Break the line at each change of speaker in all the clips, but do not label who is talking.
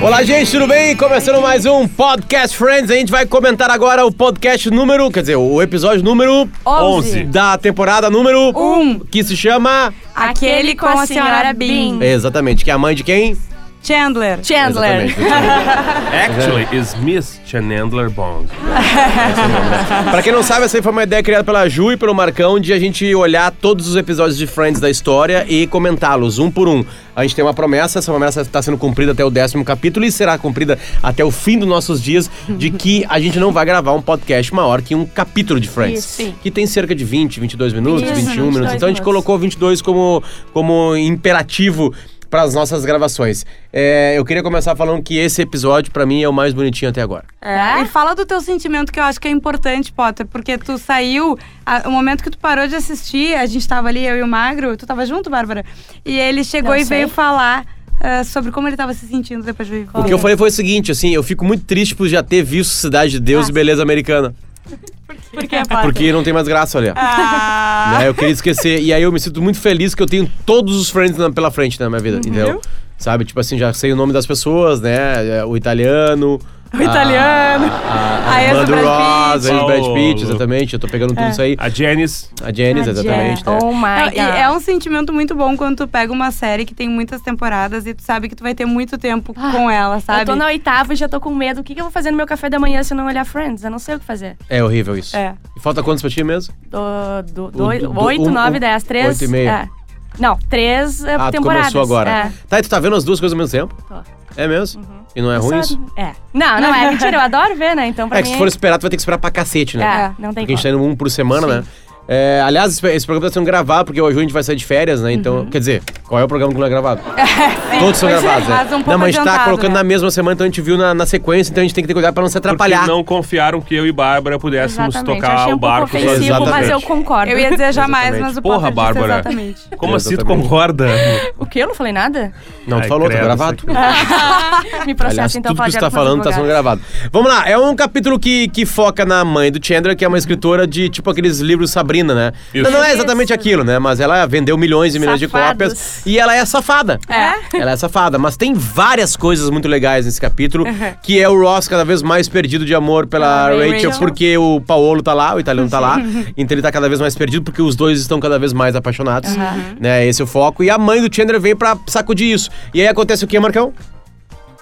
Olá, gente, tudo bem? Começando mais um Podcast Friends. A gente vai comentar agora o podcast número, quer dizer, o episódio número
11.
da temporada número
Um.
que se chama.
Aquele com a senhora Bean.
Exatamente, que é a mãe de quem?
Chandler.
Exatamente.
Actually, is Miss Chandler Bond.
Pra quem não sabe, essa aí foi uma ideia criada pela Ju e pelo Marcão de a gente olhar todos os episódios de Friends da história e comentá-los um por um. A gente tem uma promessa, essa promessa está sendo cumprida até o décimo capítulo e será cumprida até o fim dos nossos dias, de que a gente não vai gravar um podcast maior que um capítulo de Friends.
Isso, sim.
Que tem cerca de 20, 22 minutos,
Isso,
21
22
minutos. Então a gente
minutos.
colocou 22 como, como imperativo para as nossas gravações. É, eu queria começar falando que esse episódio, pra mim, é o mais bonitinho até agora.
É? E fala do teu sentimento que eu acho que é importante, Potter, porque tu saiu, a- o momento que tu parou de assistir, a gente tava ali, eu e o Magro, tu tava junto, Bárbara, e ele chegou
Não
e
sei.
veio falar ah, sobre como ele tava se sentindo depois de
O que eu falei foi o seguinte, assim, eu fico muito triste por já ter visto Cidade de Deus e Beleza Americana.
Porque, é Potter?
Porque não tem mais graça, olha.
Ah,
Né, Eu queria esquecer. E aí eu me sinto muito feliz que eu tenho todos os friends na- pela frente né, na minha vida, entendeu? Sabe, tipo assim, já sei o nome das pessoas, né? É, O italiano.
o italiano.
A,
a
a
ex do
Amanda
Brad
Ross, a ex do Brad Pitt,
Paolo.
exatamente. Eu tô pegando tudo isso aí.
A Janice.
A Janice, exatamente. né?
Oh my
Não,
god.
e é um sentimento muito bom quando tu pega uma série que tem muitas temporadas e tu sabe que tu vai ter muito tempo com ela, sabe?
Eu tô na oitava e já tô com medo. O que, que eu vou fazer no meu café da manhã se eu não olhar Friends? Eu não sei o que fazer.
É horrível isso.
É.
E falta quantos pra ti mesmo?
Do, do,
do-
dois-
do-
oito,
um-
nove,
um-
dez, três.
oito e meio.
É. Não, três é,
Ah, tu
temporadas.
começou agora.
É.
Tá, e tu tá vendo as duas coisas ao mesmo tempo?
Tô.
É mesmo? E não é ruim isso?
Só- É. Não, não é mentira. Eu adoro ver, né? Então pra
É que
mim.
se for esperar, tu vai ter que esperar pra cacete, né?
É, não tem
Porque a gente tá
como.
indo um por semana, né? É, aliás, esse- esse programa tá sendo gravado, porque hoje a gente vai sair de férias, né? Então,
Uhum.
quer dizer, qual é o programa que não é gravado? Todos são
pois é,
gravados, né?
mas um pouco
não, mas a gente tá
adiantado,
colocando
né?
na mesma semana, então a gente viu na, na sequência, então a gente tem que ter cuidado pra não se atrapalhar.
Porque não confiaram que eu e Bárbara pudéssemos
Exatamente. Eu
tocar
achei
o
um pouco
barco
ofensivo,
sozinhos.
mas eu
Exatamente.
concordo.
Eu ia dizer jamais,
Exatamente.
mas o Potter
Porra,
disse
Bárbara.
exatamente.
Como assim tu
Exatamente.
concorda?
O quê? Eu não falei nada?
Não, tu
Ai,
falou, tá
credo,
gravado.
isso aqui.
Me processa,
Aliás,
então
tudo que
pode
você tá falando tá sendo gravado. Vamos lá, é um capítulo que, que foca na mãe do Chandler, que é uma escritora de tipo aqueles livros Sabrina, né?
Isso.
Não, não é exatamente
Isso.
aquilo, né? Mas ela vendeu milhões e milhões
Safados.
de cópias e ela é safada.
É?
Ela é safada, mas tem várias coisas muito legais nesse capítulo, que é o Ross cada vez mais perdido de amor pela
Ah, Ray
Rachel,
Rachel.
porque o Paolo tá lá, o italiano tá lá, então ele tá cada vez mais perdido porque os dois estão cada vez mais apaixonados, né? Esse é o foco. E a mãe do Chandler vem pra sacudir isso. E aí acontece o que, Marcão?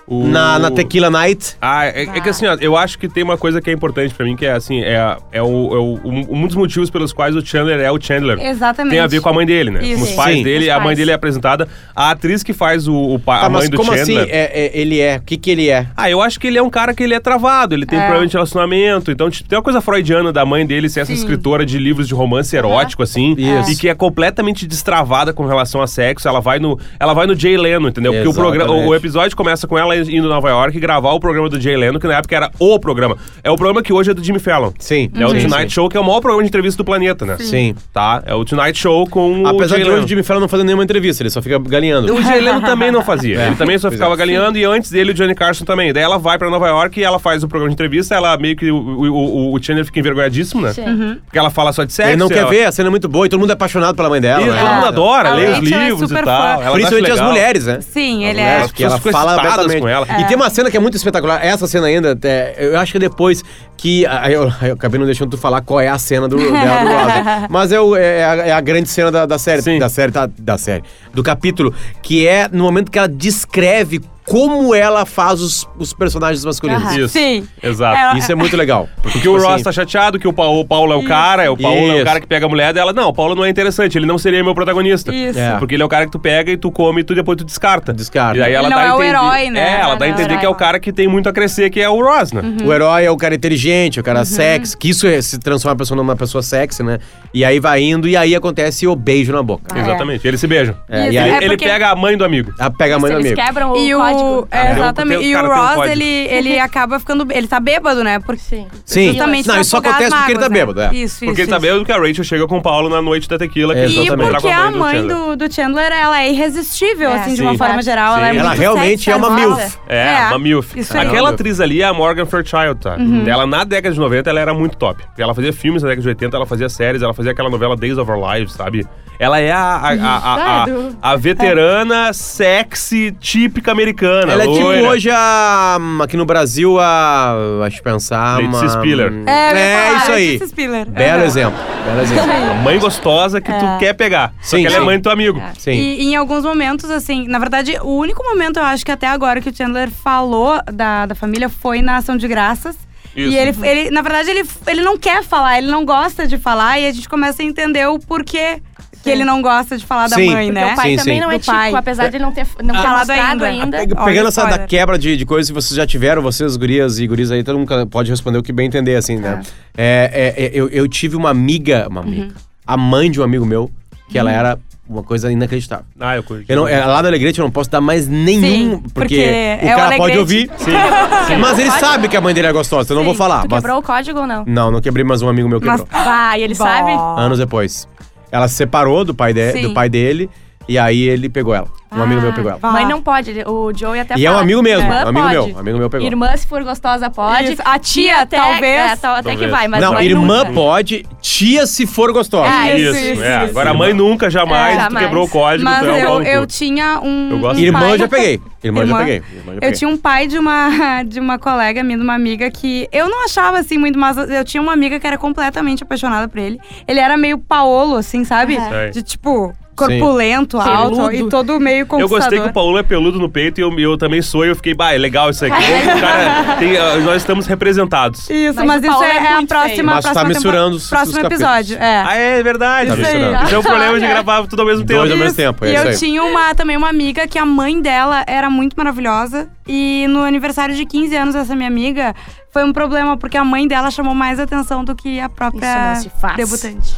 O-
Na, na Tequila Night.
Ah, é, é que assim, ó, eu acho que tem uma coisa que é importante pra mim, que é assim, é, a- é, o, é o- um- um dos motivos pelos quais o Chandler é o Chandler.
Exatamente.
Tem a ver com a mãe dele, né?
Isso.
Com os pais
Sim.
dele,
Os
a mãe
pais.
dele é apresentada. A atriz que faz o, o pa-
Tá,
a mãe
mas
do
como assim
Chandler.
é- é- ele é? O que que ele é?
Ah, eu acho que ele é um cara que ele é travado, ele tem problema de relacionamento. Então, tipo, tem uma coisa freudiana da mãe dele ser essa escritora de livros de romance erótico, assim.
Isso.
E que é completamente destravada com relação a sexo. Ela vai no, ela vai no Jay Leno, entendeu? Porque o,
Exatamente.
programa, o episódio começa com ela indo a Nova York e gravar o programa do Jay Leno, que na época era o programa. É o programa que hoje é do Jimmy Fallon.
Sim.
É o
sim,
Tonight
sim.
Show, que é o maior programa de entrevista do planeta, né?
Sim.
Tá? É o Tonight Show com
Apesar
o Jay
de
Leno.
hoje o Jimmy Fallon não fazer nenhuma entrevista, ele só fica galinhando.
Então, O Jay Leno também não fazia.
É.
Ele também só
Pois
ficava
é.
galinhando e antes dele o Johnny Carson também. Daí ela vai pra Nova York e ela faz o programa de entrevista, ela meio que. O, o, o- o Chandler fica envergonhadíssimo, né?
Sim.
Uhum.
Porque ela fala só de sexo.
Ele não quer
ela-
ver, a cena é muito boa e todo mundo é apaixonado pela mãe dela.
Isso,
né?
todo mundo adora,
A
lê os
Rachel é
livros e
super
tal.
fã.
Ela acha
Principalmente as
legal.
mulheres, né?
Sim, ele
mulheres,
é.
porque ela
As pessoas
fala
ficam excitadas
abertamente.
com ela.
E tem uma cena que é muito espetacular. Essa cena ainda, até, eu acho que é depois que. aí Eu, aí eu acabei não deixando tu falar qual é a cena do, dela do Ross. né? Mas é, o- é a, é a grande cena da, da série.
Sim.
Da série, tá, da série. Do capítulo. Que é no momento que ela descreve como ela faz os, os personagens masculinos.
Isso.
Sim.
Exato.
Ela-
Isso é muito legal.
Porque
né? Tipo
o Ross
assim,
tá chateado que o, pa o Paulo é o cara, é o Paulo é
Isso.
o cara que pega a mulher dela. Não, o Paulo não é interessante, ele não seria meu protagonista.
Isso.
É.
Porque ele é o cara que tu pega e tu come e tu depois tu descarta.
Descarta.
E aí ela
Ele
dá
não é
a
o
entender-
herói, Uhum. né?
É, ela dá a
Não,
entender
não.
que é o cara que tem muito a crescer, que é o Ross, né?
O herói é o cara inteligente, o cara sexy, que isso é- se transforma a pessoa numa pessoa sexy, né? E aí vai indo e aí acontece o beijo na boca.
Exatamente. Eles se beijam.
É, e
Isso,
aí
é
Ele
porque-
pega a mãe do amigo.
a pega a mãe do
Eles
amigo.
quebram o
E o,
código.
é,
tem um-
exatamente.
tem um
e o
cara que tem um
Ross,
código.
ele, ele acaba ficando. Ele tá bêbado, né? Porque,
Sim.
Sim.
Justamente
Não,
pra
isso só
afogar as
acontece porque ele tá
mágoas,
bêbado,
né?
é.
Isso, isso.
Porque ele tá
isso.
vendo que a Rachel chega com o Paulo na noite da tequila. Que
É,
eles vão
E
Exatamente.
encontrar
porque
com
a mãe
Chandler.
do, do Chandler, ela é irresistível,
É.
assim, de
Sim.
uma forma geral. Ela é
Sim.
muito
Ela realmente
sexy,
é uma
charmosa.
MILF.
É, a MILF.
Isso aí. Uhum.
Aquela atriz ali é a Morgan Fairchild, tá? Ela, na década de 90, ela era muito top. Ela fazia filmes na década de 80, ela fazia séries, ela fazia aquela novela Days of Our Lives, sabe? Ela é a, a, a, a,
Uhum.
Sério?
a- a veterana sexy típica americana.
Ela é tipo
loira.
hoje a. Aqui no Brasil, a. Acho que pensar.
Letícia
uma-
Spiller.
É, eu ia falar,
isso aí.
Letícia Spiller. É.
Belo
Aham.
exemplo. Belo exemplo.
A mãe gostosa que
É.
tu quer pegar. Só
Sim,
que ela
sim.
é mãe do teu amigo.
Sim.
E, e em alguns momentos, assim, na verdade, o único momento eu acho que até agora que o Chandler falou da, da família foi na ação de graças.
Isso.
E ele, ele, na verdade, ele, ele não quer falar, ele não gosta de falar, e a gente começa a entender o porquê que ele não gosta de falar
Sim.
da mãe,
Porque
né?
O pai
Sim,
também
sim.
não é
Do pai.
típico, apesar de ele não ter não ter
Ah, falado
mostrado
ainda.
Pe-
ainda.
Olha
Pegando
o
essa da
spoiler.
quebra de, de coisas que vocês já tiveram, vocês, gurias e guris aí, todo mundo pode responder o que bem entender, assim, né? É, é, é, eu, eu tive uma amiga,
Uhum.
uma amiga, a mãe de um amigo meu, que ela era uma coisa inacreditável.
Ah, eu curti.
Eu não, é, lá no Alegrete eu não posso dar mais nenhum,
Sim,
porque,
porque
o
é o
cara pode
Alegrete.
ouvir.
Quebrou
Mas
o
ele
código?
sabe que a mãe dele é gostosa, eu não vou falar.
Tu
mas-
quebrou o código ou não?
Não, não quebrei, mas um amigo meu
Mas-
quebrou.
Vai, ele
Bah.
sabe?
Anos depois. Ela se separou do pai, de-
Sim.
do pai dele, e aí ele pegou ela. Um amigo meu pegou ela.
Bah.
Mãe não pode, ele- o Joey até
E é um
fala.
amigo mesmo,
Ah, Irmã
um amigo
pode.
meu, um amigo meu pegou.
Irmã, se for gostosa, pode.
Isso, a tia,
até,
talvez.
é, tal- até que
Talvez.
vai, mas
não,
mãe
irmã
nunca.
pode, tia se for gostosa.
Ah,
Isso,
Isso,
isso,
é.
isso.
Agora a mãe nunca, jamais,
É,
tu
jamais.
quebrou o código,
Mas
tu é um pau
eu,
no
eu
cu.
tinha um.
Eu gosto
um
de-
Irmã
pai-
eu já peguei. Irmã, eu já
Irmã.
peguei. Irmã já
Eu
peguei.
tinha um pai de uma, de uma colega minha, de uma amiga que eu não achava assim muito, mas eu tinha uma amiga que era completamente apaixonada por ele. Ele era meio paolo, assim, sabe?
Aham.
Sei.
De tipo, corpulento,
Sim.
alto
Peludo.
e todo meio
Eu
conquistador.
gostei que o Paulo é peludo no peito e eu, eu também sou e eu fiquei, bah, é legal isso aqui. O cara tem- ah, nós estamos representados.
Isso, mas,
Mas o
isso
Paolo
é,
é
é a
muito feio.
próxima.
Mas tá
próxima
misturando os- os
Próximo
capítulos.
episódio, é.
Ah, é verdade.
Tá
Isso aí.
misturando.
Isso é o problema de
Olha.
gravar tudo ao mesmo tempo.
Dois ao mesmo tempo, é
e
isso
eu
aí.
tinha uma, também uma amiga que a mãe dela era muito maravilhosa. E no aniversário de 15 anos dessa minha amiga, foi um problema, porque a mãe dela chamou mais atenção do que a própria
Isso não se faz.
debutante.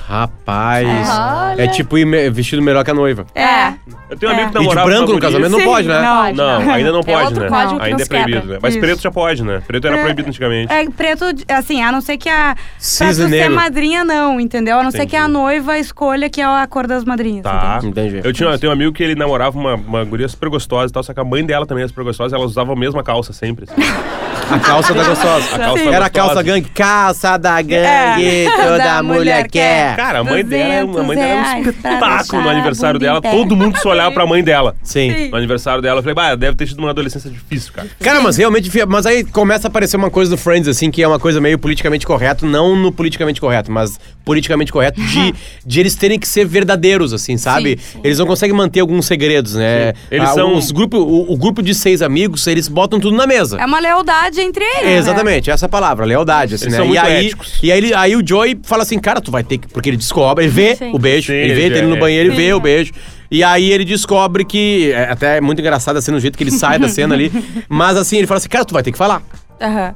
Rapaz.
Olha.
É tipo ir me- vestido melhor que a noiva.
É.
Eu tenho um amigo
É.
que
E de
namorava
branco
com
no
uma guria.
casamento não
Sim,
pode, né?
não.
Pode,
Não, ainda não pode,
outro
né?
código que
ainda é
nos
proibido,
quebra.
né? Mas
Isso.
preto já pode, né? Preto era
É.
proibido antigamente.
É, preto, assim, a não ser que a. pra
Cisne
tu ser
negro.
madrinha, não, entendeu? A não ser
Entendi.
que a noiva escolha que é a cor das madrinhas.
Tá.
entende?
Entendi.
Eu, tinha, eu tenho um amigo que ele namorava uma, uma guria super gostosa e tal, só que a mãe dela também era super gostosa e elas usavam a mesma calça sempre. assim.
A calça tá gostosa.
A calça
Sim.
tá
Era a
gostosa.
calça gangue. Calça da gangue,
É.
toda
Da
mulher,
mulher
quer.
quer.
Cara, a mãe dela, é uma- a mãe dela era um
200 reais pra
espetáculo no
deixar a
aniversário
bunda em
dela.
pé.
Todo mundo só olhava pra mãe dela.
Sim.
Sim.
No aniversário dela, eu falei, bah, deve ter tido uma adolescência difícil, cara.
Cara, mas realmente, fi- mas aí começa a aparecer uma coisa do Friends, assim, que é uma coisa meio politicamente correto, não no politicamente correto, mas politicamente correto de, de eles terem que ser verdadeiros, assim, sabe? Eles não conseguem manter alguns segredos, né?
Sim. Eles são-
Os grupo, o, o grupo de seis amigos, eles botam tudo na mesa.
É uma lealdade entre eles. né?
Exatamente, essa é a palavra, lealdade, assim,
Eles
né?
são
e
muito
aí,
éticos.
e aí, ele- aí o Joey fala assim, cara, tu vai ter que. Porque ele descobre, ele vê
Sim.
o beijo,
Sim,
ele vê,
ele
tá indo
vê,
no
é.
banheiro e vê o beijo. E aí ele descobre que. é, Até é muito engraçado assim, no jeito que ele sai da cena ali. Mas assim, ele fala assim, cara, tu vai ter que falar.
Aham.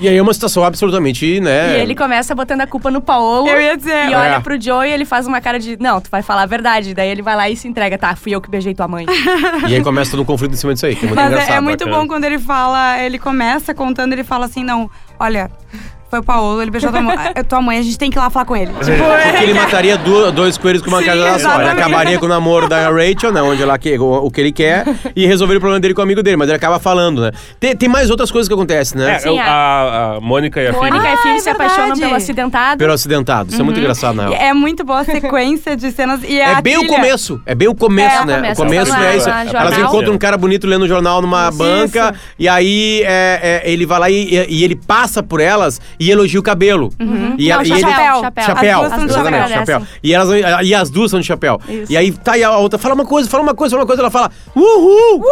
E aí é uma situação absolutamente, né?
E ele começa botando a culpa no Paolo.
Eu ia dizer.
E olha
É.
pro Joey e ele faz uma cara de, não, tu vai falar a verdade. Daí ele vai lá e se entrega, tá, fui eu que beijei tua mãe.
E aí começa todo um conflito em cima disso aí, que é muito
Mas é-
engraçado.
é, muito
bacana.
bom quando ele fala, ele começa contando, ele fala assim, não, olha, foi o Paolo, ele beijou tua mãe, tua mãe a gente tem que ir lá falar com
É.
ele. Tipo,
Porque ele mataria du- dois coelhos com uma
Sim,
cajadada só. Ele
exatamente.
acabaria com o namoro da Rachel, né? Onde ela que, o, o que ele quer, e resolveria o problema dele com o amigo dele, mas ele acaba falando, né? Tem, tem mais outras coisas que acontecem, né?
É,
Sim,
eu-
é.
a, a Mônica e a
Mônica
Phoebe.
e Phil
é
se apaixonam
verdade.
pelo acidentado.
Pelo acidentado. Isso é muito engraçado, na real.
é muito boa a sequência de cenas e
É
a
bem o
trilha-
começo. É bem o começo,
É, o
né?
começo.
O começo
Tá
né?
lá,
Isso.
lá,
Elas
jornal.
encontram um cara bonito lendo um jornal numa
Isso.
banca. E aí é, é, ele vai lá e, e- e ele passa por elas e elogia o cabelo. E,
Não,
a- e
chapéu,
ele-
chapéu.
Chapéu.
As duas são de
exatamente,
chapéu.
chapéu. E, elas, e as duas são de chapéu.
Isso.
E aí tá e a outra. Fala uma coisa, fala uma coisa, fala uma coisa. Ela fala, uhul!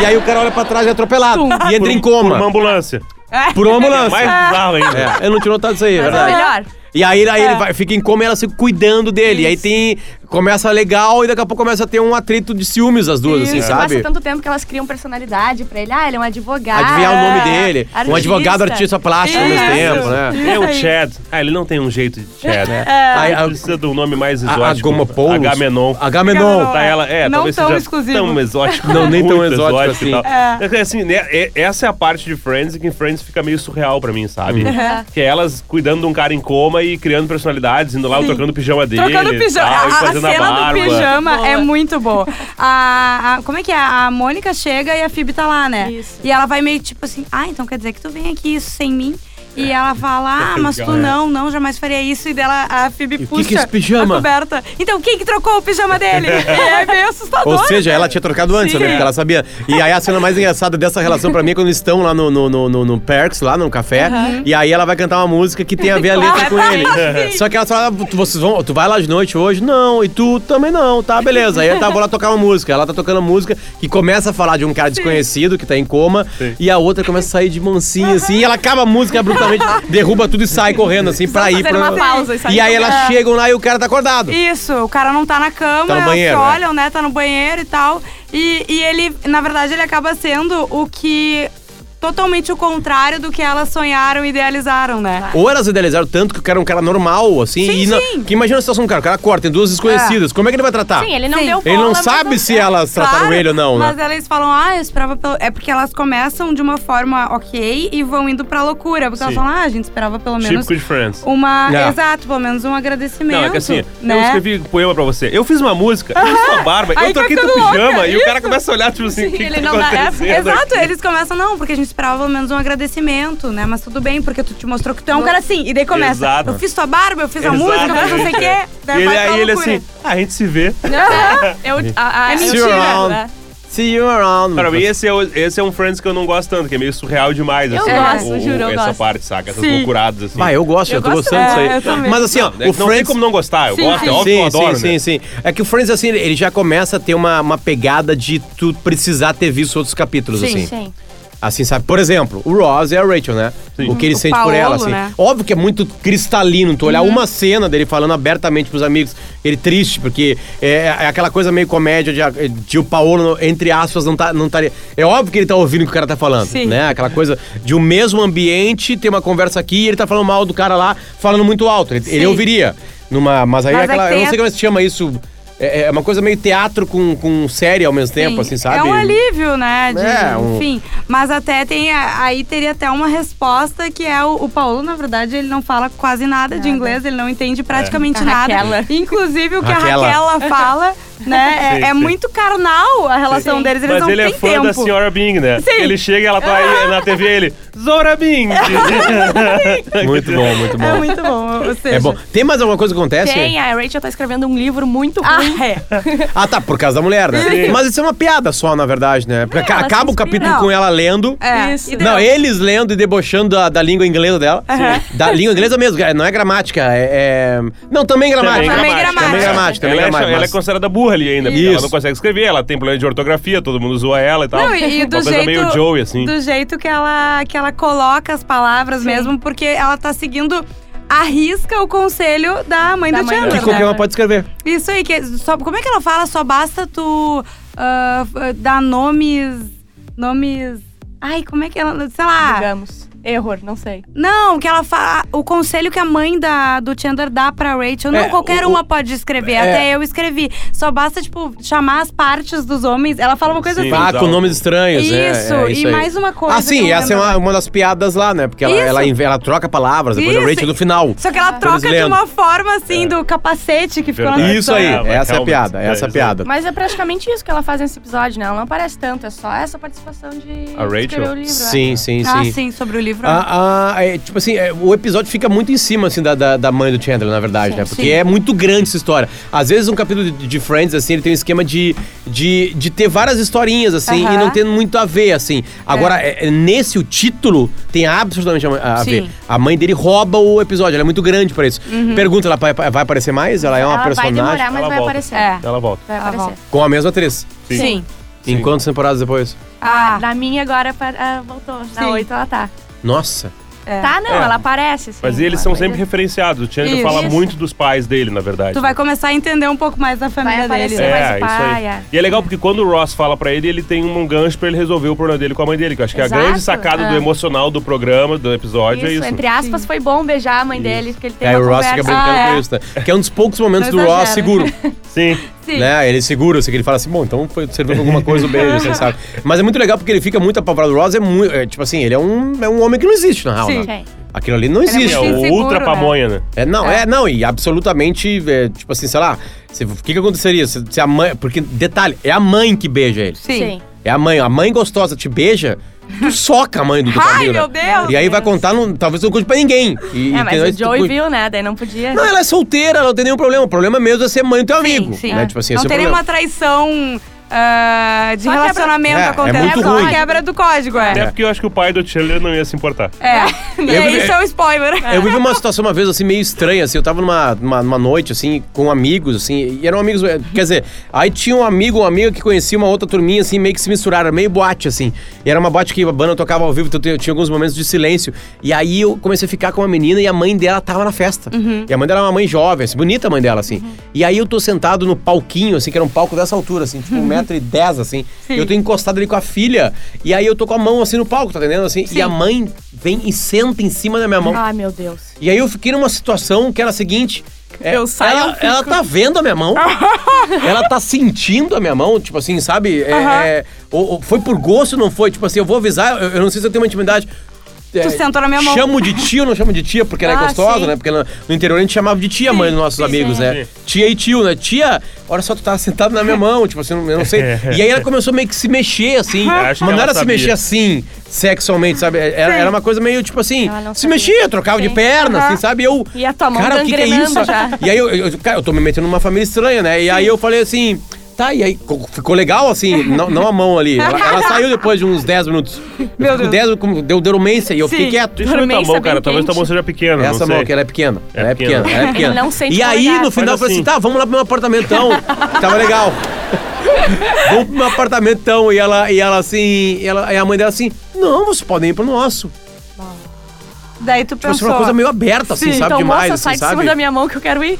E aí o cara olha pra trás e é atropelado. E entra em
Por uma
coma.
ambulância.
um Por uma ambulância.
Mais bizarro ainda.
É, eu não tinha notado isso aí, é
Mas é
verdade.
melhor. É.
E aí, aí ele vai, fica em coma e ela se cuidando dele. E aí tem. Começa legal e daqui a pouco começa a ter um atrito de ciúmes as duas, assim,
Isso,
sabe?
Passa tanto tempo que elas criam personalidade pra ele. Ah, ele é um advogado.
Adivinhar o nome dele. Um
artista.
advogado artista plástico ao mesmo
Isso.
tempo, né?
É o Chad. Ah, ele não tem um jeito de Chad.
Aí,
Ele
É.
a,
precisa de um nome mais
a, a
exótico.
Gomopoulos.
H-Menon.
Agamenon.
Tá ela, é,
Não
talvez
tão
seja
exclusivo.
tão exótico.
Não, nem tão
muito
exótico assim.
e tal. É. que, assim, né, é- essa é a parte de Friends que em Friends fica meio surreal pra mim, sabe?
Uhum.
Que é elas cuidando de um cara em coma e criando personalidades, indo lá, trocando o pijama dele.
Trocando o pijama.
tal, e
a, a
fazendo
cena do
barba.
pijama
Boa.
é muito boa. A, a- como é que é? A Mônica chega e a Phoebe tá lá, né?
Isso.
E ela vai meio tipo assim, ah, então quer dizer que tu vem aqui sem mim? E
É.
ela fala, ah, mas tu não, não, jamais faria isso. E dela a Phoebe
E o que
puxa
que é esse pijama?
a coberta. Então, quem que trocou o pijama dele? é meio assustador.
Ou seja, ela tinha trocado antes,
Sim.
né? Porque ela sabia. E aí a cena mais engraçada dessa relação pra mim é quando eles estão lá no, no, no, no- no Perks, lá no café. E aí ela vai cantar uma música que tem a ver a letra com ele.
Sim.
Só que ela fala, "Ah, tu- vocês vão, tu vai lá de noite hoje? Não, e tu também não, tá? Beleza. Aí tá, vou lá tocar uma música. Ela tá tocando música que começa a falar de um cara desconhecido que tá em coma. E a outra começa a sair de mansinha, assim. E ela acaba a música abruptamente, derruba tudo e sai correndo, assim, pra ir
fazer
pra.
uma né? pausa É. e sair
e aí
correndo.
elas chegam lá e o cara tá acordado.
Isso, o cara não tá na cama,
Tá no
elas
banheiro,
se
né?
olham, né? Tá no banheiro e tal. E, e ele, na verdade, ele acaba sendo o que. Totalmente o contrário do que elas sonharam e idealizaram, né?
Ou elas idealizaram tanto que o cara é um cara normal, assim.
Sim,
e não-
sim.
Que imagina a situação, do cara. O cara corta, tem duas desconhecidas. Como é que ele vai tratar?
Sim, ele não
Sim.
deu bola,
Ele não
mas
sabe
não-
se é- elas trataram
é. Claro,
ele ou não,
Mas
né?
elas falam, ah, eu esperava pelo. É porque elas começam de uma forma ok e vão indo pra loucura. Porque elas
Sim.
falam, ah, a gente esperava pelo menos
Típico de Friends.
uma.
É.
Exato, pelo menos um agradecimento.
Não, é que assim, eu
né?
escrevi um poema pra você. Eu fiz uma música, eu fiz uma barba,
Aí
eu
vai
troquei teu
ficando
pijama
louca,
e o cara começa a olhar, tipo assim, o que, que
Ele
tá
não dá essa.
acontecendo aqui?
Exato, né? eles começam, não, porque a gente esperava pelo menos um agradecimento, né? Mas tudo bem, porque tu te mostrou que tu é um cara assim. E daí começa.
Exato.
Eu fiz tua barba, eu fiz a
Exato,
música, eu fiz não sei o
gente.
quê. Daí
E ele,
vai pra
aí ele
loucura.
assim, "Ah, a gente se vê.
Eu, a, a,
É
eu
See
mentira,
you
tiro,
around.
né?
See you around.
Pra mim, esse é, o- esse é um Friends que eu não gosto tanto, que é meio surreal demais.
Eu
assim,
gosto, juro, eu
Essa
gosto.
parte, saca? Essas
Sim.
loucuradas, assim.
Bah, eu gosto, eu,
Eu
tô
gosto,
gostando disso
é,
aí.
eu também.
Mas assim, ó,
É
o
que não tem
Friends...
como não gostar, eu
Sim,
gosto, é
sim.
óbvio que eu adoro,
sim,
né?
sim, sim. É que o Friends, assim, ele já começa a ter uma, uma pegada de tu precisar ter visto outros capítulos,
Sim,
assim.
Sim.
Assim, sabe? Por exemplo, o Ross é a Rachel, né?
Sim.
O que ele
O
sente por
Paolo,
ela, assim.
né? Uhum.
Óbvio que é muito cristalino tu olhar uma cena dele falando abertamente pros amigos, ele triste, porque é, é aquela coisa meio comédia de, de o Paolo, entre aspas, não tá, não estaria. É óbvio que ele tá ouvindo o que o cara tá falando,
Sim.
né? Aquela coisa de o mesmo ambiente, ter uma conversa aqui e ele tá falando mal do cara lá, falando muito alto. Ele, ele
Sim.
ouviria. Numa, mas aí é
Mas é
aquela.
que
Eu
tem
não sei
a-
como é que se chama isso. É é uma coisa meio teatro com, com série ao mesmo tempo,
Sim.
assim, sabe?
É um alívio, né? de-
É, um-
Enfim. Mas até tem. a- Aí teria até uma resposta que é o, o Paulo, na verdade, ele não fala quase nada, de inglês, ele não entende praticamente
Uhum. A
nada.
Raquela.
Inclusive o que
Raquela.
a Raquela fala, né?
Sim,
é, é
sim.
muito carnal a relação
Sim.
deles, eles
Mas
não
ele é
têm
fã
tempo.
da senhora Bing, né?
Sim. Ah.
Ele chega e ela tá aí na TV ele, Zora Bing!
Muito bom, muito bom.
É muito bom. Ou seja,
É bom. Tem mais alguma coisa que acontece?
Tem, a Rachel tá escrevendo um livro muito
Ah,
ruim.
é.
Ah, tá, por causa da mulher, né? Mas isso é uma piada só, na verdade, né? Porque
É, ela
acaba
se
o capítulo
inspira.
com ela lendo.
É.
Isso.
E daí-
Não, eles lendo e debochando da, da língua inglesa dela. Da língua inglesa mesmo, é, não é gramática, é. é- Não, também gramática.
Também gramática.
Também gramática, também
ela, é,
gramática.
ela é
mas-
considerada burra ali ainda, porque
Isso.
ela não consegue escrever, ela tem problema de ortografia, todo mundo zoa ela e tal.
Não, e, e do
Uma coisa
jeito,
meio Joey, assim.
do jeito que ela, que ela coloca as palavras mesmo, porque ela tá seguindo a risca o conselho da mãe
Da
do
mãe do
Chandler.
Que
né?
qualquer uma pode escrever.
Isso aí, que só, como é que ela fala? Só basta tu ah, f- dar nomes. Nomes. Ai, como é que ela. Sei lá.
Digamos. ah, Error, não sei.
Não, que ela fala. O conselho que a mãe da, do Chandler dá pra Rachel, não
É,
qualquer
o-
uma pode escrever.
é.
Até eu escrevi. Só basta, tipo, chamar as partes dos homens. Ela fala uma coisa
Sim.
Ah,
assim.
com nomes estranhos,
Isso,
é, é
e
aí.
mais uma coisa.
Ah,
que eu
sim,
não
essa é
lembro.
uma, uma das piadas lá, né? Porque ela,
Isso.
ela, inve- ela troca palavras, depois
Isso.
é o Rachel do final.
Só que ela
Ah.
Todos
troca de
lendo.
uma forma
É.
assim, do capacete que ficou na
Verdade.
Isso aí,
Ah, vai,
essa é a
calma.
piada,
É,
essa é a
isso aí.
piada.
Mas é praticamente isso que ela faz nesse episódio, né? Ela não aparece tanto, é só essa participação de
A Rachel?
escrever o livro. é.
Sim, sim,
Ah,
sim.
sim, sobre o livro.
Ah, ah, é, tipo assim, é, o episódio fica muito em cima, assim, da, da, da mãe do Chandler, na verdade, né? Porque
sim.
é muito grande essa história. Às vezes, um capítulo de, de Friends, assim, ele tem um esquema de, de, de ter várias historinhas, assim,
Aham.
e não ter muito a ver, assim. Agora, é, é, nesse o título, tem absolutamente a, a
Sim. Uhum.
ver. A mãe dele rouba o episódio, ela é muito grande pra isso. Pergunta, ela vai, vai aparecer mais? Ela é uma
ela
personagem
vai demorar, mas
Ela
vai
volta.
aparecer.
É.
Ela volta.
Vai
Ela
aparecer.
com a mesma atriz.
Sim.
Em quantas temporadas depois?
Ah,
Na minha agora pa- ah, voltou. Na
Sim.
8 ela tá.
Nossa.
É.
Tá, não,
É.
ela aparece. Assim,
Mas eles
ela
são
vai-
sempre referenciados. O Chandler
Isso.
fala
Isso.
muito dos pais dele, na verdade.
tu vai começar a entender um pouco mais da família dele.
aparecer.
né?
É. mais o
isso aí.
pai, é.
E é legal porque quando o Ross fala pra ele, ele tem um gancho pra ele resolver o problema dele com a mãe dele. Que eu acho que a
Exato.
grande sacada do
É.
emocional do programa, do episódio,
Isso,
é isso.
entre aspas, foi bom beijar a mãe dele, porque ele tem
Aí
uma
É, o Ross
conversa.
fica brincando
Ah,
com
é.
isso, né? Que é um dos poucos momentos
Não
do Ross
exagera.
seguro.
Sim.
Sim.
né? Ele segura, assim, que ele fala assim, bom, então foi serviu pra alguma coisa o beijo, assim, sabe? Mas é muito legal porque ele fica muito apavorado. O Ross é muito. é, tipo assim, ele é um, é um homem que não existe, na real.
Sim.
né?
Sim.
Aquilo ali não
é
existe.
É
muito
né?
o
inseguro,
ultra
né?
pamonha, né?
É, não, é. não, e absolutamente, é, tipo assim, sei lá, se- o que, que aconteceria se, se a mãe. Porque, detalhe, é a mãe que beija ele.
Sim.
Sim.
É a mãe, a mãe gostosa te beija, tu soca a mãe do teu
Ai,
parceiro.
meu Deus!
E aí vai contar, num- talvez não conte pra ninguém. E,
É,
e
mas
tem-
o Joey
tu-
viu, né? Daí não podia.
Não, ela é solteira, ela não tem nenhum problema. O problema mesmo é ser mãe do teu amigo.
sim.
Né? Tipo assim,
não
esse é o
teria
problema.
uma traição ah, de
Só quebra-
relacionamento
É, é
acontecendo.
muito
só uma
ruim.
quebra do código, é.
Até porque eu acho que o pai do Chandler não ia se importar.
É. E
Eu-
aí, isso é um spoiler.
Eu vivi uma situação uma vez, assim, meio estranha, assim, eu tava numa, numa, numa noite, assim, com amigos, assim, e eram amigos, eh, quer dizer, aí tinha um amigo, uma amiga que conhecia uma outra turminha, assim, meio que se misturaram, meio boate, assim, e era uma boate que a banda tocava ao vivo, então eu tinha alguns momentos de silêncio, e aí eu comecei a ficar com uma menina e a mãe dela tava na festa, e a mãe dela era uma mãe jovem, assim, bonita a mãe dela, assim, e aí eu tô sentado no palquinho, assim, que era um palco dessa altura, assim, tipo um metro e dez, assim, e eu tô encostado ali com a filha, e aí eu tô com a mão, assim, no palco, tá entendendo, assim, e a mãe vem e senta em cima da minha mão,
Ai, meu Deus.
e aí eu fiquei numa situação que era a seguinte. é,
Eu saio, eu
ela,
fico.
ela tá vendo a minha mão. ela tá sentindo a minha mão, tipo assim, sabe? É, é, ou- ou foi por gosto, não foi? Tipo assim, eu vou avisar, eu, eu não sei se eu tenho uma intimidade. É,
Tu sentou na minha mão.
Chamo de tia ou não chamo de tia, porque ela é
Ah,
gostosa,
sim.
né? Porque ela- no interior a gente chamava de tia, mãe dos nossos amigos, né?
Sim.
Tia e tio, né? Tia, olha só, tu tá sentado na minha mão, tipo assim, eu não sei. E aí ela começou meio que se mexer, assim. Mas
Acho que
não
ela
era se
sabia.
mexer assim, sexualmente, sabe? É, Era, era uma coisa meio, tipo assim,
Ela não
se
sabia.
mexia, trocava de
Sim.
perna,
Aham.
assim, sabe? E Eu,
E a tua mão
cara, o que que é
gangrenando
isso?
já.
E aí, eu, eu- cara, eu tô me metendo numa família estranha, né? E aí eu falei assim, tá, e aí co- ficou legal, assim, não, não a mão ali. Ela, ela saiu depois de uns 10 minutos.
Meu
Eu fiquei com
Deus.
10, como deu dormência e eu fiquei
Sim.
quieto.
Deixa eu ver tua
Dormência
mão, cara.
bem
Talvez tua mão
quente.
seja pequena,
Essa
não sei.
mão aqui, ela é pequena. Ela é
pequena.
pequena, ela é pequena.
Não sente
e aí,
polegar.
no final, eu
Faz
falei assim,
assim.
tá, vamos lá pro meu apartamentão. Tava legal. vamos pro meu apartamentão. E ela, e ela assim, e ela, e a mãe dela assim, não, vocês podem ir pro nosso.
Daí tu
Tipo, assim,
pensou.
uma coisa meio aberta, assim,
Então Sim,
sabe?
então,
Demais,
moça,
assim,
sai de
sabe?
cima da minha mão que eu quero ir.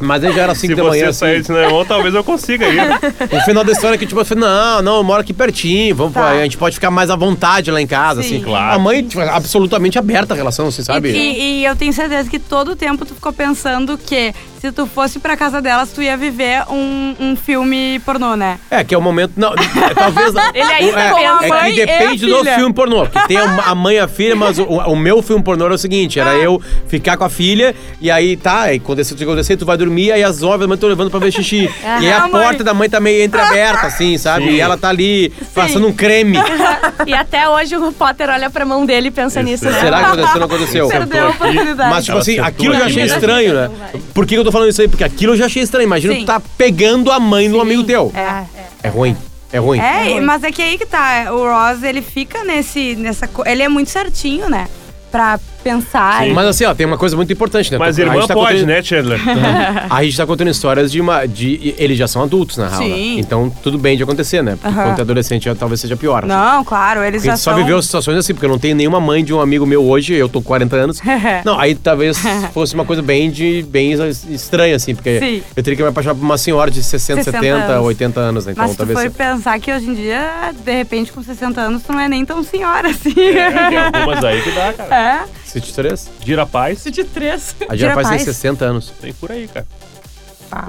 Mas aí já era 5
Se
da manhã,
você
assim.
sair desse mão, talvez eu consiga ir.
O final da história é que, tipo, eu falei, não, não, eu moro aqui pertinho, vamos,
Tá.
a gente pode ficar mais à vontade lá em casa,
Sim.
assim.
Claro.
A mãe, tipo, absolutamente aberta a relação, assim, sabe?
E, e eu tenho certeza que todo o tempo tu ficou pensando que se tu fosse pra casa delas, tu ia viver um, um filme pornô, né?
É, que é o momento. Não, é, talvez.
Ele ainda
é,
com a
é
mãe
que
e a
depende do
filha.
filme pornô. Porque tem a, a mãe e a filha, mas o, o meu filme pornô era o seguinte:
Ah.
era eu ficar com a filha, e aí tá, e quando isso acontecer, tu vai dormir, aí às nove da manhã eu tô levando pra ver xixi. e aí a
Ah, mãe.
porta da mãe tá meio entreaberta, assim, sabe?
Sim.
E ela tá ali passando um creme.
e até hoje o Potter olha pra mão dele e pensa
Isso,
nisso,
é.
né?
Será que aconteceu ou não aconteceu?
Perdeu a
aqui,
oportunidade.
Mas, tipo
Ela
assim,
sentou
aquilo eu já
aqui
achei
mesmo.
estranho, né? Por que que eu tô falando isso aí? Porque aquilo eu já achei estranho. Imagina
Sim.
tu tá pegando a mãe do amigo teu.
Ah,
É.
É ruim. É ruim.
É, e- mas é que aí que tá. O Ross, ele fica nesse. nessa co- Ele é muito certinho, né? Pra pensar.
Sim.
Mas assim, ó, tem uma coisa muito importante, né?
Mas
A gente
irmã
tá
pode,
contando-
né, Chandler?
A gente tá contando histórias de uma. De, eles já são adultos, na real. né?
Sim.
Então, tudo bem de acontecer, né? Porque
Aham.
quando tu é adolescente já- talvez seja pior. assim.
Não, claro, eles
Porque a
já
gente só
são...
viveu situações assim, porque eu não tenho nenhuma mãe de um amigo meu hoje, eu tô com 40 anos. não, aí talvez fosse uma coisa bem de bem estranha, assim, porque
Sim.
eu teria que me apaixonar por uma senhora de 60,
60
70,
anos.
80 anos, né? Então
Mas se tu
talvez.
for pensar que hoje em dia, de repente, com 60 anos, tu não é nem tão senhora assim.
É, tem algumas aí que dá, cara.
É.
Se te interessa.
Gira paz,
De três.
A Girapaz tem
Girapaz.
60 anos.
tem por aí, cara.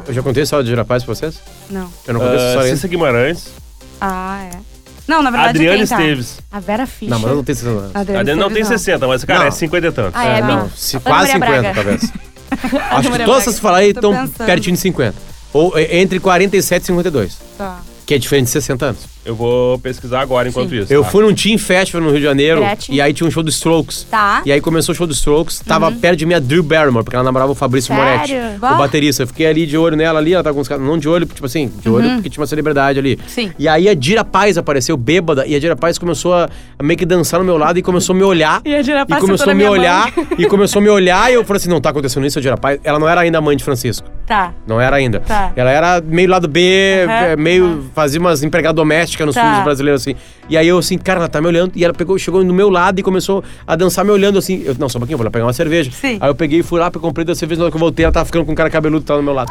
Eu já contei a história de Girapaz pra vocês?
Não.
Eu não contei essa
Ah,
história ainda.
Cissa Guimarães,
Ah, é. Não, na verdade
Adriana
tem, tá?
Esteves.
A Vera Fischer.
Não, mas eu não tenho 60 anos.
Adriana
Adriana não tem
Esteves,
60, mas, cara,
Não.
é 50 e tanto.
Ah, é, bem...
Não, se,
Ana
quase 50,
Maria Braga.
talvez. Acho que
Maria
todas
Braga.
essas falar aí
Tô
estão
pensando.
pertinho de 50. Ou é, entre 47 e 52.
Tá.
Que é diferente de 60 anos.
Eu vou pesquisar agora enquanto isso.
Eu
tá?
fui num Team Festival no Rio de Janeiro
Gretchen.
e aí tinha um show do Strokes.
Tá.
E aí começou o show do Strokes, tava perto de mim a Drew Barrymore, porque ela namorava o Fabrício
Uhum. Sério?
Moretti,
Bah.
o baterista. Eu fiquei ali de olho nela ali, ela tava com os caras. Não de olho, tipo assim, de olho
Uhum.
porque tinha uma celebridade ali.
Sim.
E aí a Dira Paz apareceu bêbada e a Dira Paz começou a a meio que dançar no meu lado e começou a me olhar.
E a Dira Paz
E começou
sentou
a
na
me
minha
olhar e começou a me olhar e eu falei assim: não tá acontecendo isso, a Dira Paz. Ela não era ainda mãe de Francisco.
Tá.
Não era ainda.
Tá.
Ela era meio lado B, eh, meio fazia umas empregadas domésticas nos
Tá.
filmes brasileiros, assim. E aí eu assim, cara, ela tá me olhando. E ela pegou, chegou no meu lado e começou a dançar me olhando assim. Eu, não, só um pouquinho, eu vou lá pegar uma cerveja.
Sim.
Aí eu peguei e fui lá, comprei da cerveja, na hora que eu voltei, ela tava ficando com um cara cabeludo que tava no meu lado.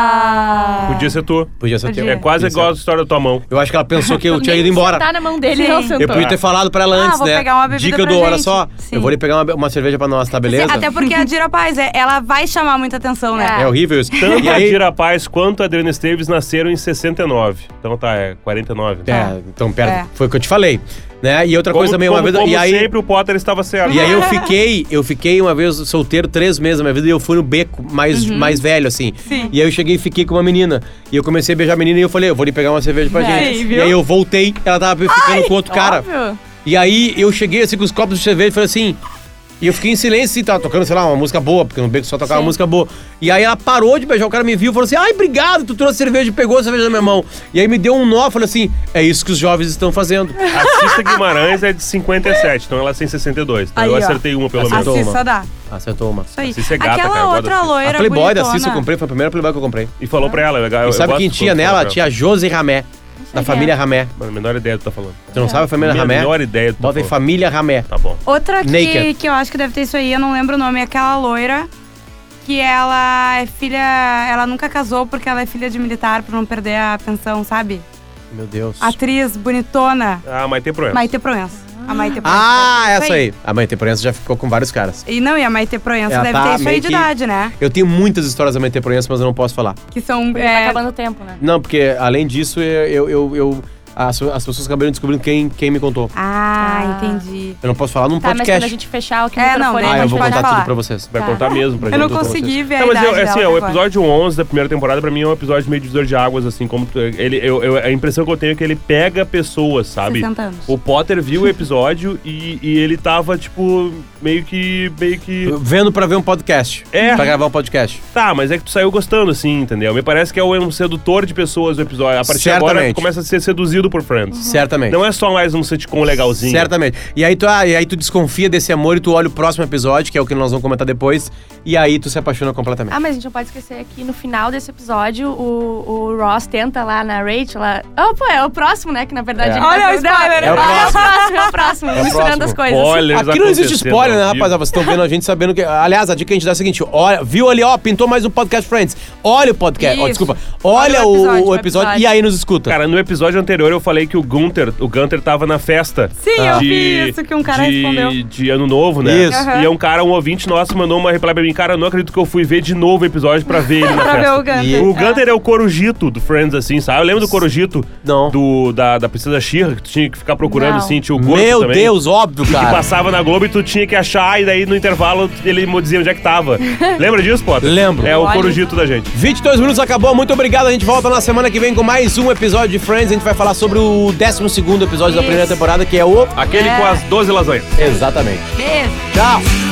Ah.
Podia ser tu.
Podia ser
podia.
teu.
É quase
Podia ser.
igual a história da tua mão.
Eu acho que ela pensou que eu tinha ido embora.
Tá na mão dele
Sim.
não sentou.
Eu podia ter falado pra ela
Ah,
antes,
vou
né?
pegar uma bebida
Dica que eu
pra
dou, olha
gente.
só,
Sim.
eu vou lhe pegar uma, uma cerveja pra nós, tá beleza?
Até porque a Dira Paz, é- ela vai chamar muita atenção, né?
É horrível isso.
Tanto
E
a
aí-
Dira Paz quanto a Adriana Esteves nasceram em 69. Então tá, é 49. né?
É, então pera,
É.
foi o que eu te falei, né? E outra
Como,
coisa também, uma
como,
vez,
como
e aí
sempre o Potter estava certo.
E aí eu fiquei, eu fiquei uma vez solteiro três meses na minha vida e eu fui no beco mais, mais velho, assim.
Sim.
E aí eu cheguei e fiquei com uma menina. E eu comecei a beijar a menina e eu falei, eu vou lhe pegar uma cerveja pra
É,
gente.
viu?
E aí eu voltei, ela tava ficando com outro cara.
Óbvio.
E E aí eu cheguei assim com os copos de cerveja e falei assim. E eu fiquei em silêncio e tava tocando, sei lá, uma música boa, porque no beco só tocava
Sim.
música boa. E aí ela parou de beijar, o cara me viu e falou assim: ai, obrigado, tu trouxe cerveja e pegou a cerveja na minha mão. E aí me deu um nó, falei assim: é isso que os jovens estão fazendo.
A Cissa Guimarães é de 57, então ela tem 62. Então
Aí,
eu
ó.
acertei uma pelo
Acertou.
menos.
Toma.
Assim só dá.
Acertou uma.
Isso aí.
Cissa é gata,
Aquela
cara, eu gosto da
outra
Cissa.
A
loira
Playboy da
bonitona.
Cissa eu comprei, foi a primeira Playboy que eu comprei.
E falou pra ela, é legal.
E sabe quem tinha nela? Tinha a Josi Ramé, da
quem
família
é.
Ramé.
Mano, a menor ideia do que tá falando.
Tu não sabe a família
Minha
Ramé?
menor ideia do que tá
Bota aí
falando.
família Ramé.
Tá bom.
Outra que,
Naked.
que eu acho que deve ter isso aí, eu não lembro o nome, é aquela loira que ela é filha. Ela nunca casou porque ela é filha de militar pra não perder a pensão, sabe?
Meu Deus.
Atriz bonitona.
Ah, mas tem problema.
Maite Proença. A Maite Proença.
É. Ah,
deve ter isso
essa aí. A mãe tem Proença já ficou com vários caras.
E não, e a Maite Proença
Ela
deve
tá
ter isso aí
meio
de
que-
idade, né?
Eu tenho muitas histórias da mãe tem Proença, mas eu não posso falar.
Que são.
Tá
É,
acabando o tempo, né?
Não, porque além disso, é, eu. eu, eu as, as pessoas acabaram descobrindo quem, quem me contou.
Ah,
Ah.
entendi.
Eu não posso falar num
Tá, mas quando
podcast.
a gente fechar aqui no
É, não,
microfone,
daí
Ah,
a
eu
gente
vou
pode
contar
falar.
tudo pra vocês.
Vai
Tá.
contar mesmo pra
Eu
gente.
não
tô falando.
consegui ver a
Não, mas eu,
idade
assim,
dela
ó, o
agora.
episódio 11 da primeira temporada, pra mim, é um episódio meio divisor de águas, assim, como tu- ele, eu, eu- a impressão que eu tenho é que ele pega pessoas, sabe?
60 anos.
O Potter viu o episódio e, e ele tava, tipo, meio que. meio que.
Vendo pra ver um podcast.
É.
Pra gravar um podcast.
Tá, mas é que tu saiu gostando, assim, entendeu? Me parece que é um sedutor de pessoas o episódio. A partir de agora
Certamente. Uhum.
tu começa a ser seduzido por Friends.
Certamente.
Não é só mais um sitcom legalzinho.
Certamente. E aí, tu, ah, e aí tu desconfia desse amor e tu olha o próximo episódio, que é o que nós vamos comentar depois, e aí tu se apaixona completamente.
Ah, mas a gente não pode esquecer que no final desse episódio, o, o Ross tenta lá na Rachel. Lá... Oh, pô, é o próximo, né? Que na
É.
verdade. ele tá
Olha o
grudado.
spoiler.
É o
Ah, É o próximo, é o próximo.
o
Misturando as
próximo.
coisas.
Spoilers
Aqui não existe
acontecendo
spoiler, né,
ao vivo.
rapaziada? Vocês estão vendo a gente sabendo que. Aliás, a dica que a gente dá é a seguinte: olha, viu ali, ó, pintou mais um podcast Friends. Olha o podcast. ó,
Isso.
desculpa. Olha,
Olha o
o, o
episódio, o
episódio
episódio.
e aí nos escuta.
Cara, no episódio anterior eu falei que o Gunter, o Gunter tava na festa.
Sim, eu vi isso que um cara
de-
respondeu.
De ano novo, né?
Isso.
Aham.
E é um cara, um ouvinte nosso, mandou uma reply pra mim. Cara, eu não acredito que eu fui ver de novo o episódio pra ver ele na
Pra ver
festa.
o Gunter.
E-
O Gunter é o Corujito do Friends, assim, sabe? Eu lembro do Corujito
Não.
do, da, da Princesa Xirra, que tu tinha que ficar procurando,
Não.
assim, tinha o corpo
Meu
também.
Deus, óbvio,
Que
cara.
passava na Globo e tu tinha que achar, e daí no intervalo ele dizia onde é que tava. Lembra disso, Potter?
Lembro.
É o
Olha.
Corujito da gente.
22 minutos acabou, muito obrigado. A gente volta na semana que vem com mais um episódio de Friends. A gente vai falar sobre o 12 episódio da primeira temporada, que é o.
Aquele com as 12 lasanhas.
Exatamente.
Beijo.
Tchau.